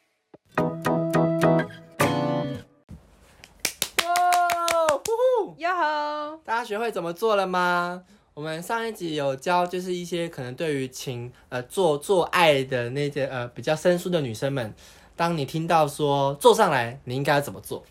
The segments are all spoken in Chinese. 哦学会怎么做了吗？我们上一集有教，就是一些可能对于情呃做做爱的那些呃比较生疏的女生们，当你听到说坐上来，你应该要怎么做？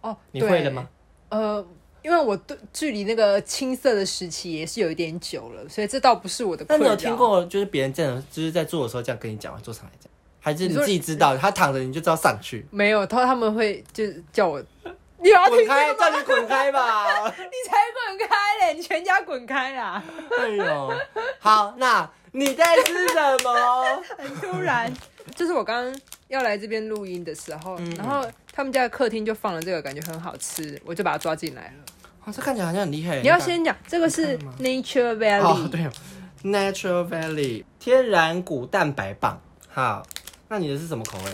哦，你对会了吗？？呃，因为我对距离那个青涩的时期也是有一点久了，所以这倒不是我的那困你扰。有听？过就是别人这样，就是在做的时候这样跟你讲吗？坐上来这样，还是你你说自己知道他躺着你就知道上去？没有，他他们会就是叫我， 你有要听滚开，这个吗叫你滚开吧！你才滚开嘞！你全家滚开啦！哎呦，好，那你在吃什 么？很突然，就是我刚刚要来这边录音的时候，嗯然后他们家的客厅就放了这个，感觉很好吃，我就把它抓进来了。哇，这看起来好像很厉害。你要看先讲，这个是哎看吗 Nature 哦， Valley，、对哦，Natural Valley 天然谷蛋白棒。好，那你的是什么口味？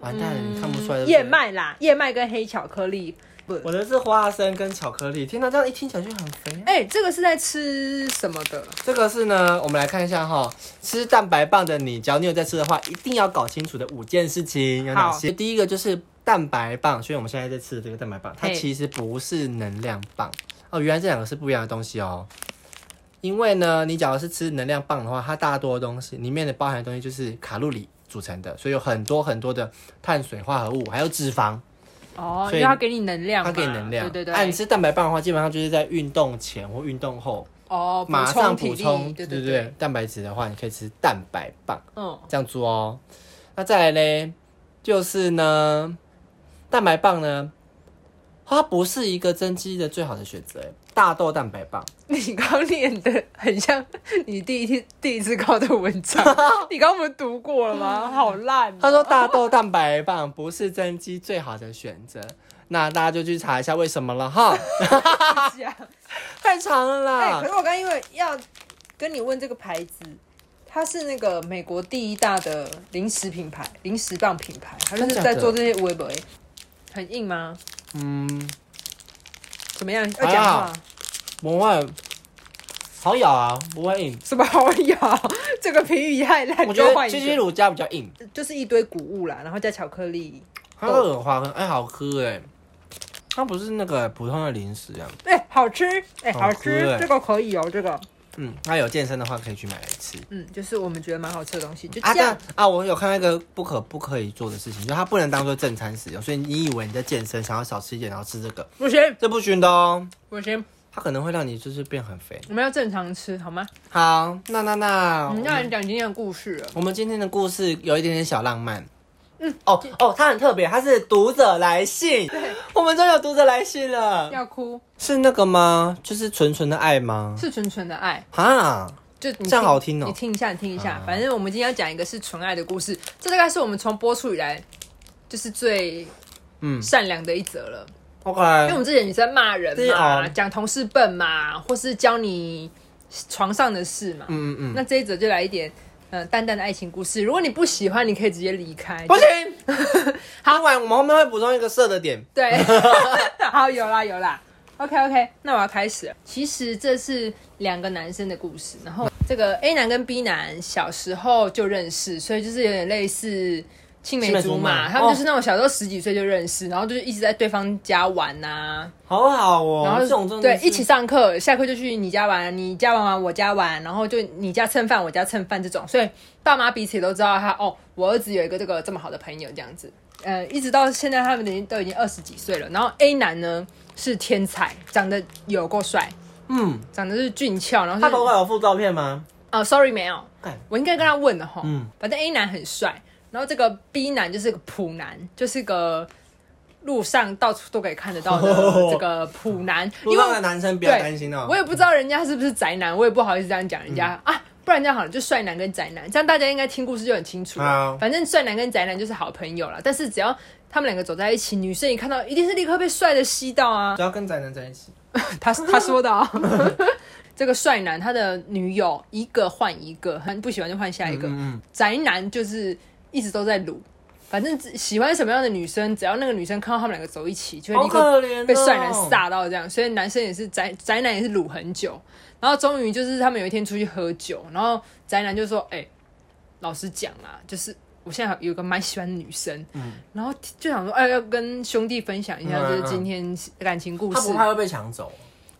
完蛋了，你看不出来对不对嗯燕。麦啦，燕麦跟黑巧克力。不，我的是花生跟巧克力。天哪，这样一听起来就很肥啊、哎、这个是在吃什么的？这个是呢，我们来看一下哈，吃蛋白棒的你，只要你有在吃的话，一定要搞清楚的五件事情有哪些。第一个就是蛋白棒，所以我们现在在吃的这个蛋白棒，它嘿其实不是能量棒哦，原来这两个是不一样的东西哦。因为呢，你假如是吃能量棒的话，它大多的东西里面的包含的东西就是卡路里组成的，所以有很多很多的碳水化合物，还有脂肪。哦，所以因为它给你能量嘛，它给你能量，对对啊，你对，吃蛋白棒的话，基本上就是在运动前或运动后哦，马上补体充，力对对对，对，蛋白质的话，你可以吃蛋白棒嗯，这样做哦。那再来呢，就是呢，蛋白棒呢，它不是一个增肌的最好的选择，大豆蛋白棒。你刚刚念的很像你第一天第一次考的文 章，你刚刚不是读过了吗？好烂、啊他说大豆蛋白棒不是增肌最好的选择，那大家就去查一下为什么了 哈，啊讲。太长了哎、啦可。是我刚因为要跟你问这个牌子，它是那个美国第一大的零食品牌，零食棒品牌，它就是真假在的做这些微博，哎很硬吗？嗯，怎么样？要还讲好话不会，好咬啊，不会 硬。什么好咬？这个评语太烂，我你觉 给得换鸡一鸡个。乳加比较硬，就是一堆谷物啦，然后加巧克力。它有耳花哎、好喝哎、它不是那个普通的零食啊。哎、好吃，哎、好好吃吃，哎这个可以哦，这个，嗯，那有健身的话可以去买来吃。嗯，就是我们觉得蛮好吃的东西，就啊，这样但。啊，我有看到一个不可不可以做的事情，就它不能当做正餐使用，所以你以为你在健身，想要少吃一点，然后吃这个，不行，这不行的哦。不行，它可能会让你就是变很肥。我们要正常吃好吗？好，那那嗯那，我们要来讲今天的故事了。我们今天的故事有一点点小浪漫。嗯，哦哦，它很特别，它是读者来信，我们终于有读者来信了。要哭是那个吗？就是纯纯的爱吗？是纯纯的爱，哈，就你这样好听哦你听一下，你听一下好。反正我们今天要讲一个是纯爱的故事，这大概是我们从播出以来就是最嗯善良的一则了。因为我，OK，们之前你在骂人对嘛，哦讲同事笨嘛，或是教你床上的事嘛。嗯嗯那嗯，这一则就来一点。嗯，淡淡的爱情故事。如果你不喜欢，你可以直接离开。 不行，好，晚我们后面会补充一个色的点。对， 好，有啦有啦。OK OK，那我要开始了。其实这是两个男生的故事，然嗯后这个 A 男跟 B 男小时候就认识，所以就是有点类似青梅青梅竹竹马，马哦他们就是那种小时候十几岁就认识，然后就是一直在对方家玩啊呐、好好哦，然后这种真对的是一起上课，下课就去你家玩，你家玩玩我家玩，然后就你家蹭饭我家蹭饭这种，所以爸妈彼此也都知道他哦，我儿子有一个这个这么好的朋友这样子，呃，一直到现在他们已经都已经二十几岁了，然后 A 男呢是天才，长得有够帅，嗯，长得是俊俏，然后他是头发有附照片吗？哦，sorry 没有干，我应该跟他问的哈。嗯反正 A 男很帅，然后这个 B 男就是个普男，就是个路上到处都可以看得到 的这个普男，路因为上的男生不对要担心哦嗯我。也不知道人家是不是宅男，我也不好意思这样讲人家、啊。不然这样好了，就帅男跟宅男，这样大家应该听故事就很清楚了好。反正帅男跟宅男就是好朋友了，但是只要他们两个走在一起，女生一看到一定是立刻被帅的吸到 啊。只要跟宅男在一起，他他说的、哦。 这个帅男他的女友一个换一个，很不喜欢就换下一个。嗯嗯，宅男就是一直都在撸，反正只喜欢什么样的女生，只要那个女生看到他们两个走一起，就会好立刻可怜哦，被帅男吓到这样。所以男生也是宅宅男也是撸很久，然后终于就是他们有一天出去喝酒，然后宅男就说：“哎、老实讲啊，就是我现在有个蛮喜欢的女生，然后就想说，哎，要跟兄弟分享一下，嗯就是今天感情故他事不。怕会被抢走。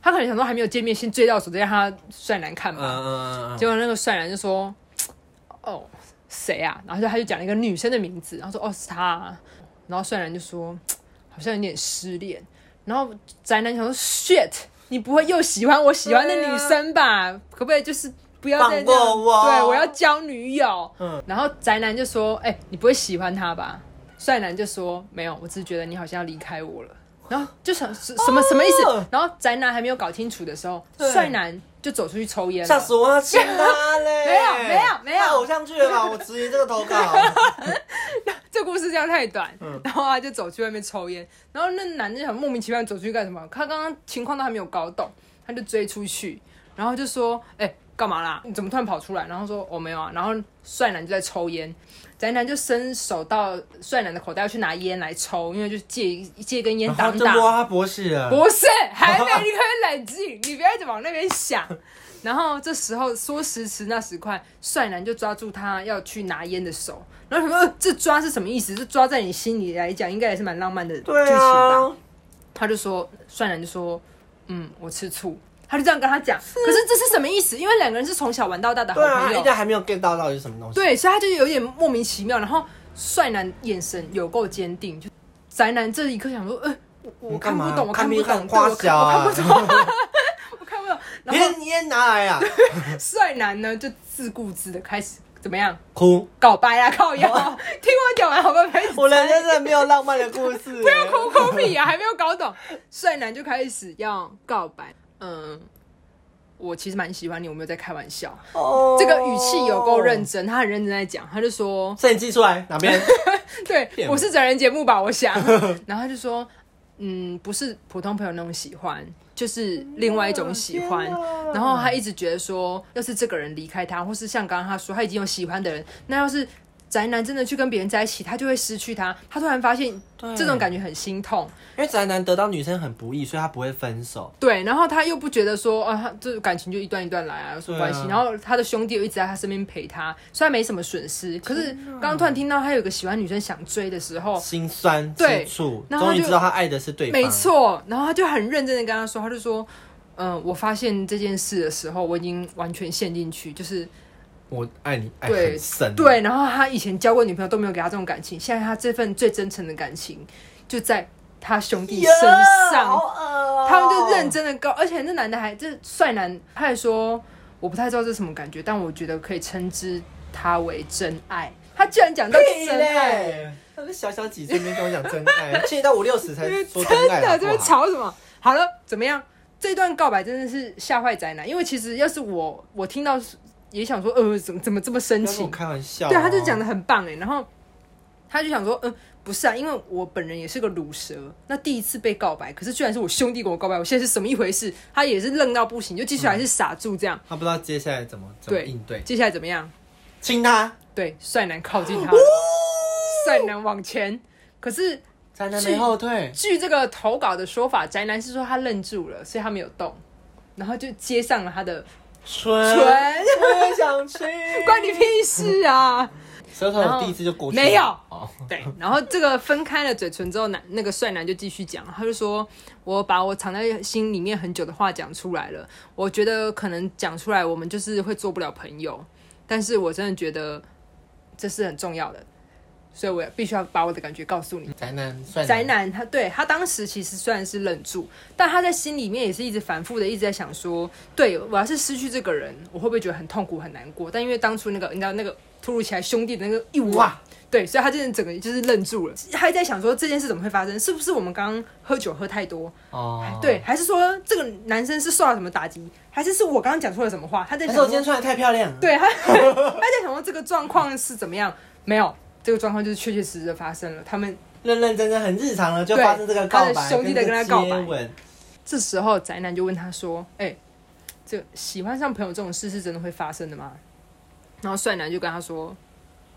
他可能想说还没有见面，先追到手，再让他帅男嗯看嘛。嗯嗯结果那个帅男就说：“哦，谁啊？”然后就他就讲了一个女生的名字，然后说：“哦，是他、啊。”然后帅男就说：“好像有点失恋。”然后宅男想说：“shit，你不会又喜欢我喜欢的女生吧？可不可以就是不要再这样？放过我嗯对，我要交女友。”然后宅男就说：“哎、你不会喜欢他吧？”帅男就说：“没有，我只是觉得你好像要离开我了。”然后就想什什么什么意思哦？然后宅男还没有搞清楚的时候，对帅男就走出去抽烟嗯，了。吓死我了，亲他嘞！ 没有没有没有太偶像剧了 吧？我质疑这个投稿。这故事这样太短，嗯 然后他就走去外面抽烟，然后那男的就很莫名其妙走出去干什么？他刚刚情况都还没有搞懂，他就追出去，然后就说：“哎、干嘛啦？你怎么突然跑出来？”然后说：“我、哦、没有啊。”然后帅男就在抽烟，宅男就伸手到帅男的口袋要去拿烟来抽，因为就借借一根烟然后挡就挡。摸哦他脖子了。不 是，还没，你可以冷静，你不要一直往那边想。然后这时候说时迟那时快，帅男就抓住他要去拿烟的手，然后什么、呃这抓是什么意思？这抓在你心里来讲，应该也是蛮浪漫的剧情对吧？啊，他就说，帅男就说，嗯，我吃醋。他就这样跟他讲，可是这是什么意思？因为两个人是从小玩到大的好对朋啊，他友，应该还没有 get 到到底是什么东西。对，所以他就有点莫名其妙。然后帅男眼神有够坚定，就宅男这一刻想说，呃，我我你看干嘛不懂，我看不病懂，看对，我花看小我啊看不懂， 我看不懂。然后烟烟拿来 啊，帅男呢就自顾自的开始怎么样哭。告白啊，靠腰。听我讲完好不好？不要一直我人生真的没有浪漫的故事。 不要抠抠屁啊，还没有搞懂。帅男就开始要告白，嗯。我其实蛮喜欢你，我没有在开玩笑。哦这个语气有够认。真，他很认真在讲，他就说摄影机出来哪 边？对，骗我我是整人节目吧，我想。然后他就说，嗯，不是普通朋友那种喜欢，就是另外一种喜欢嗯天。哪然后他一直觉得说，要是这个人离开他，或是像刚刚他说他已经有喜欢的人，那要是宅男真的去跟别人在一起，他就会失去他。他突然发现对这种感觉很心痛，因为宅男得到女生很不易，所以他不会分手。对。然后他又不觉得说，啊，他这感情就一段一段来啊，有什么关系？对啊然后他的兄弟又一直在他身边陪他，虽然没什么损失，可是刚刚突然听到他有一个喜欢女生想追的时候，心酸、对吃醋，然后他终就于知道他爱的是对方。没，错，然后他就很认真的跟他说，他就说，嗯、我发现这件事的时候，我已经完全陷进去，就是我爱你爱对哎很深。对。然后他以前交过女朋友都没有给他这种感情，现在他这份最真诚的感情就在他兄弟身上。哦他们就认真。真的告，而且那男的还这帅男，他还说我不太知道这是什么感觉，但我觉得可以称之他为真爱。他居然讲到对真爱，嘞，他是小小几岁没跟我讲真爱，现在到五六十才说 真爱的好这不边好，吵什么？好了，怎么样？这段告白真的是吓坏宅男，因为其实要是我，我听到也想说，呃，怎么怎么这么深不要跟情我？开玩笑哦。对，他就讲的很棒哎，然后他就想说，嗯、不是啊，因为我本人也是个乳蛇，那第一次被告白，可是居然是我兄弟跟我告白，我现在是什么一回事？他也是愣到不行，就继续还是傻住这样。他不知道接下来怎么怎么对应对，接下来怎么样？亲他。对，帅男靠近他，帅男往前，可是宅男没后退，据这个投稿的说法，宅男是说他愣住了，所以他没有动，然后就接上了他的春呃唇，我想 去，关你屁事啊！舌头有第一次就过去了，没有哦对，然后这个分开了嘴唇之后，男那个帅男就继续讲，他就说：“我把我藏在心里面很久的话讲出来了，我觉得可能讲出来我们就是会做不了朋友，但是我真的觉得这是很重要的，所以我必须要把我的感觉告诉你。”宅男算宅，男他对他当时其实虽然是忍住，但他在心里面也是一直反复的一直在想说，对我要是失去这个人，我会不会觉得很痛苦很难过？但因为当初那个你知道那个突如其来兄弟的那个一吻哇，对，所以他真的整个就是愣住了，他还在想说这件事怎么会发生？是不是我们刚刚喝酒喝太多？哦，啊对，。还是说这个男生是受到什么打击？还是是我刚刚讲错了什么话？他在但想是我今说天穿的太漂亮，，对他，他在想说这个状况是怎么样？没有，这个状况就是确确实实的发生了，他们认认真真很日常了，就对发生这个告他的白，兄弟在跟他告这白个接吻，这时候宅男就问他说：“哎、这喜欢上朋友这种事是真的会发生的吗？”然后帅男就跟他说：“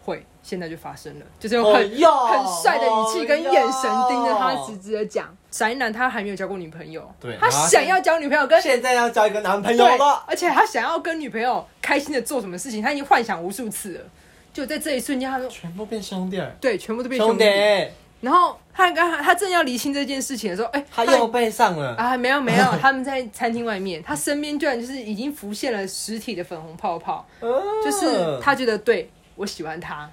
会，现在就发生了。”就是用哦很、哟，很帅的语气跟眼神盯着他，哦直直的讲。宅男他还没有交过女朋友，对他然后他想要交女朋友跟哟。现在要交一个男朋友对了，，而且他想要跟女朋友开心的做什么事情，他已经幻想无数次了。就在这一瞬间，他们全部变兄弟儿，对全部都变兄兄弟弟。，然后他刚他正要厘清这件事情的时候，哎、他又被上了，啊，没有没 有，他们在餐厅外面，他身边居然就是已经浮现了实体的粉红泡啊泡，呃就是他觉得对我喜欢他。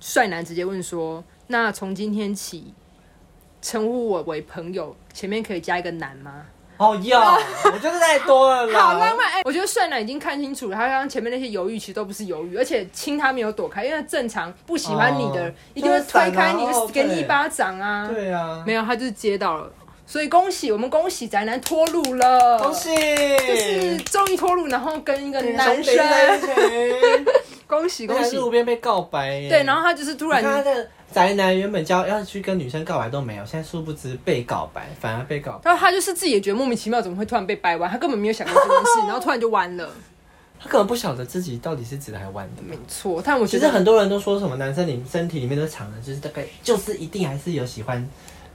帅男直接问说：“那从今天起，称呼我为朋友，前面可以加一个男吗哦要，我觉得太多了？”啦。 好浪漫！哎、我觉得帅男已经看清楚了，他刚刚前面那些犹豫其实都不是犹豫，而且亲他没有躲开，因为正常不喜欢你的、哦一定会推开你就是闪啊哦，给你对一巴掌啊。对啊，没有，他就是接到了，所以恭喜我们恭喜宅男脱乳了，恭喜，就是终于脱乳，然后跟一个兄男弟在一生，起，恭喜在恭喜。路边被告白耶，对，然后他就是突然你看他的宅男原本交要去跟女生告白都没有，现在殊不知被告白，反而被告白。然后他就是自己也觉得莫名其妙，怎么会突然被掰弯？他根本没有想过这 件事，然后突然就弯了。他可能不晓得自己到底是直的还是弯的。没错，但我觉其实得很多人都说什么男生里身体里面都是长的，就是大概就是一定还是有喜欢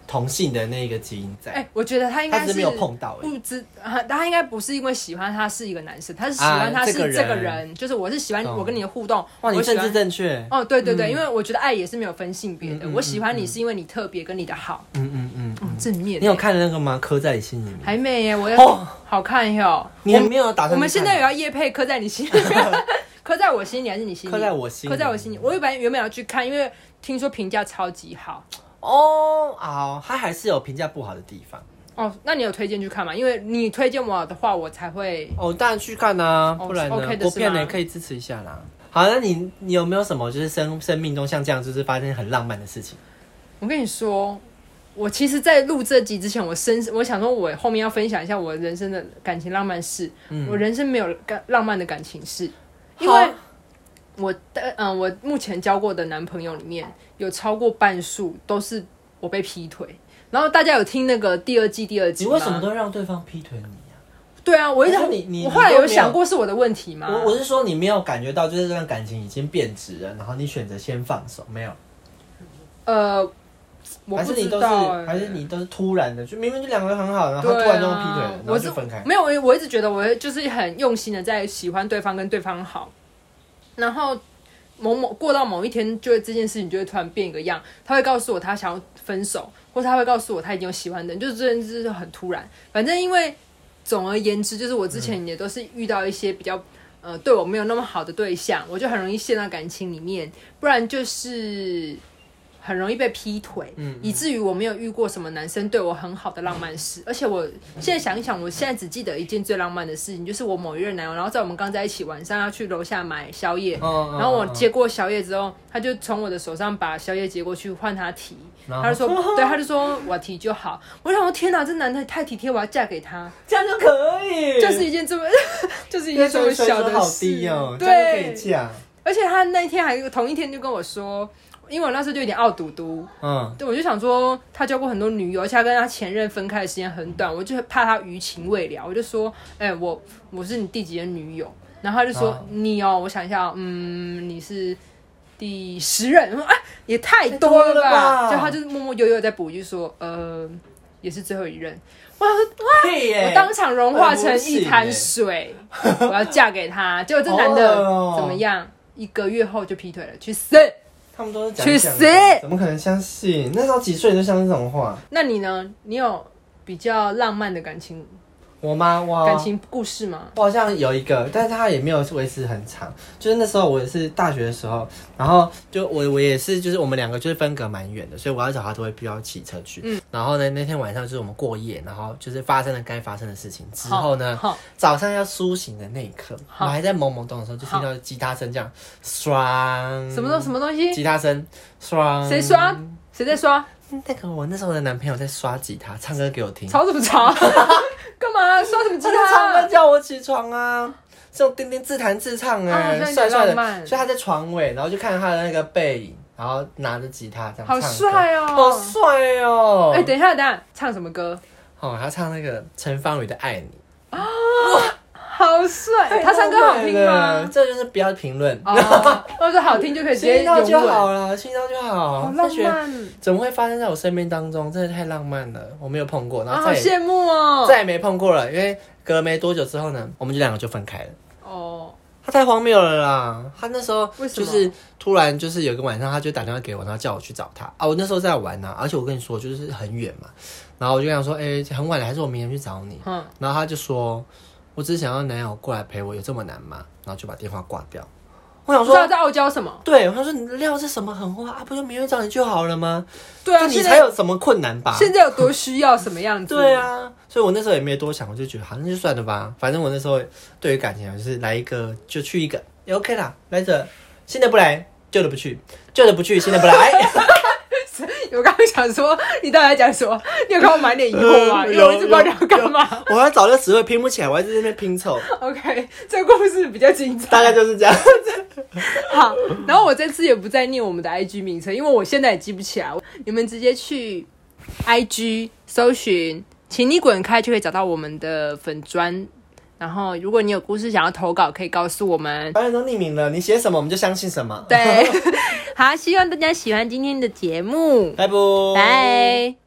同性的那个基因在，哎、我觉得他应他该只是没有碰到而已。不知啊，他应该不是因为喜欢他是一个男生，他是喜欢他是啊这个人这个人，就是我是喜欢懂我跟你的互动，哇，你我喜政欢治正确。哦，对对对，因为我觉得爱也是没有分性别的，嗯嗯嗯我喜欢你是因为你特别跟你的好，嗯嗯嗯嗯，嗯，正面。你有看那个吗？刻在你心里面。还没耶，我要、哦好看哟。你没有打算去看？我们现在有要夜配刻在你心里面， 刻在我心里还是你心里？啊刻在我心里刻在我心里。我原本原本要去看，因为听说评价超级好。哦，好，他还是有评价不好的地方。哦，那你有推荐去看吗？因为你推荐我的话，我才会。哦，当然去看啊，哦不然呢？ OK 的国是吗片呢也可以支持一下啦。好，那你你有没有什么就是生生命中像这样就是发生很浪漫的事情？我跟你说，我其实，在录这集之前，我深我想说，我后面要分享一下我人生的感情浪漫事。嗯我人生没有感浪漫的感情事，因为好啊我的嗯，我目前交过的男朋友里面有超过半数都是我被劈腿。然后大家有听那个第二季第二集你吗？为什么都让对方劈腿你啊？对啊，我一直可是你你我后来你都没有有想过是我的问题吗？我我是说你没有感觉到就是这段感情已经变质了，然后你选择先放手，没有？呃，我还不是你知都是道、欸，还是你都是突然的，就明明就两个人很好，然后对他突啊然就劈腿了，然后我是就分开。没有，我我一直觉得我就是很用心的在喜欢对方，跟对方好，然后某某过到某一天，就会这件事情就会突然变一个样。他会告诉我他想要分手，或者他会告诉我他已经有喜欢的人，就是这件事就是很突然。反正因为总而言之，就是我之前也都是遇到一些比较。呃，对我没有那么好的对象，我就很容易陷到感情里面，不然就是很容易被劈腿，嗯以至于我没有遇过什么男生对我很好的浪漫事。而且我现在想一想，我现在只记得一件最浪漫的事情，就是我某一任男友，然后在我们刚在一起晚上要去楼下买宵夜，嗯嗯然后我嗯接过宵夜之后，他就从我的手上把宵夜接过去换他提，然后他就说， 对，他就说我提就好。我想说，天哪，这男的太体贴，我要嫁给他，这样就可以，就是一件这么， 就是一因为件这水么水小准的好事，低哦，这样就可对以，嫁。而且他那一天还同一天就跟我说，因为我那时候就有点傲嘟嘟，嗯，对，我就想说他交过很多女友，而且他跟他前任分开的时间很短，我就怕他余情未了，我就说，哎、我我是你第几任女友？然后他就说、啊你哦，我想一下哦，嗯，你是第十任，我说哎、也太多了太多了吧吧？就他就是默默悠悠地在补一句说，呃，也是最后一任。哇，对耶我当场融化成一很无滩情水，我要嫁给他。结果这男好的恶哦怎么样？一个月后就劈腿了，去死！他们都是讲去讲的死怎么可能相信？那时候几岁你就相信这种话？那你呢？你有比较浪漫的感情我妈，我感情故事吗？我好像有一个，但是他也没有维持很长。就是那时候我也是大学的时候，然后就我我也是，就是我们两个就是分隔蛮远的，所以我要找他都会必须要骑车去。嗯，然后呢，那天晚上就是我们过夜，然后就是发生了该发生的事情之后呢，好，早上要苏醒的那一刻，我好还在懵懵懂的时候，就听到吉他声这样刷，什么东什么东西？吉他声刷，谁刷？谁在刷？那个我那时候的男朋友在刷吉他，唱歌给我听。吵什 么吵？干嘛刷什么吉他在唱歌他？叫我起床啊，这种叮叮自弹自唱哎、啊好像有点帅帅的浪，漫所以他在床尾，然后就看着他的那个背影，然后拿着吉他这样好唱歌，帅好哦！帅哦！哎，等一下，等一下，唱什么歌？哦，他唱那个陈芳宇的《爱你》，好哦帅！他唱歌好听吗？啊这就是不要评论，哦，我说好听就可以直接听到拥就吻，好了，听到就好。好这浪学漫。啊怎么会发生在我生命当中？真的太浪漫了，我没有碰过，然啊，后好再也、羡慕哦！再也没碰过了，因为隔没多久之后呢，我们就两个就分开了。哦，他太荒谬了啦！他那时候为什就么是突然就是有个晚上，他就打电话给我，然后叫我去找他啊。我那时候在玩呐、而且我跟你说就是很远嘛，然后我就跟他说，哎、很晚了，还是我明天去找你。嗯，然后他就说，我只是想要男友过来陪我，有这么难吗？然后就把电话挂掉。我想不知道说，在傲娇什么？对，他说你料是什么狠话啊？不就明天找你就好了吗？对啊，就你现才在有什么困难吧？现在有多需要什么样 子？对，啊，所以我那时候也没多想，我就觉得好，那就算了吧。反正我那时候对于感情啊就是来一个就去一个也 OK 啦，来者新的不来，旧的不去，旧的不去，新的不来。哎我刚刚想说，你到底在讲什么？你有看我满脸疑惑吗？呃因为我一直不知道你要 有干嘛。我还找这词汇拼不起来，我还在那边拼凑， OK，这 个故事比较精彩。 大概就是这样。好，然后我这次也不再念我们的 IG 名称，因为我现在也记不起来。你们直接去 IG 搜寻“请你滚开”就可以找到我们的粉砖。然后，如果你有故事想要投稿，可以告诉我们。反正都匿名了，你写什么我们就相信什么。对，好，希望大家喜欢今天的节目，拜拜。拜。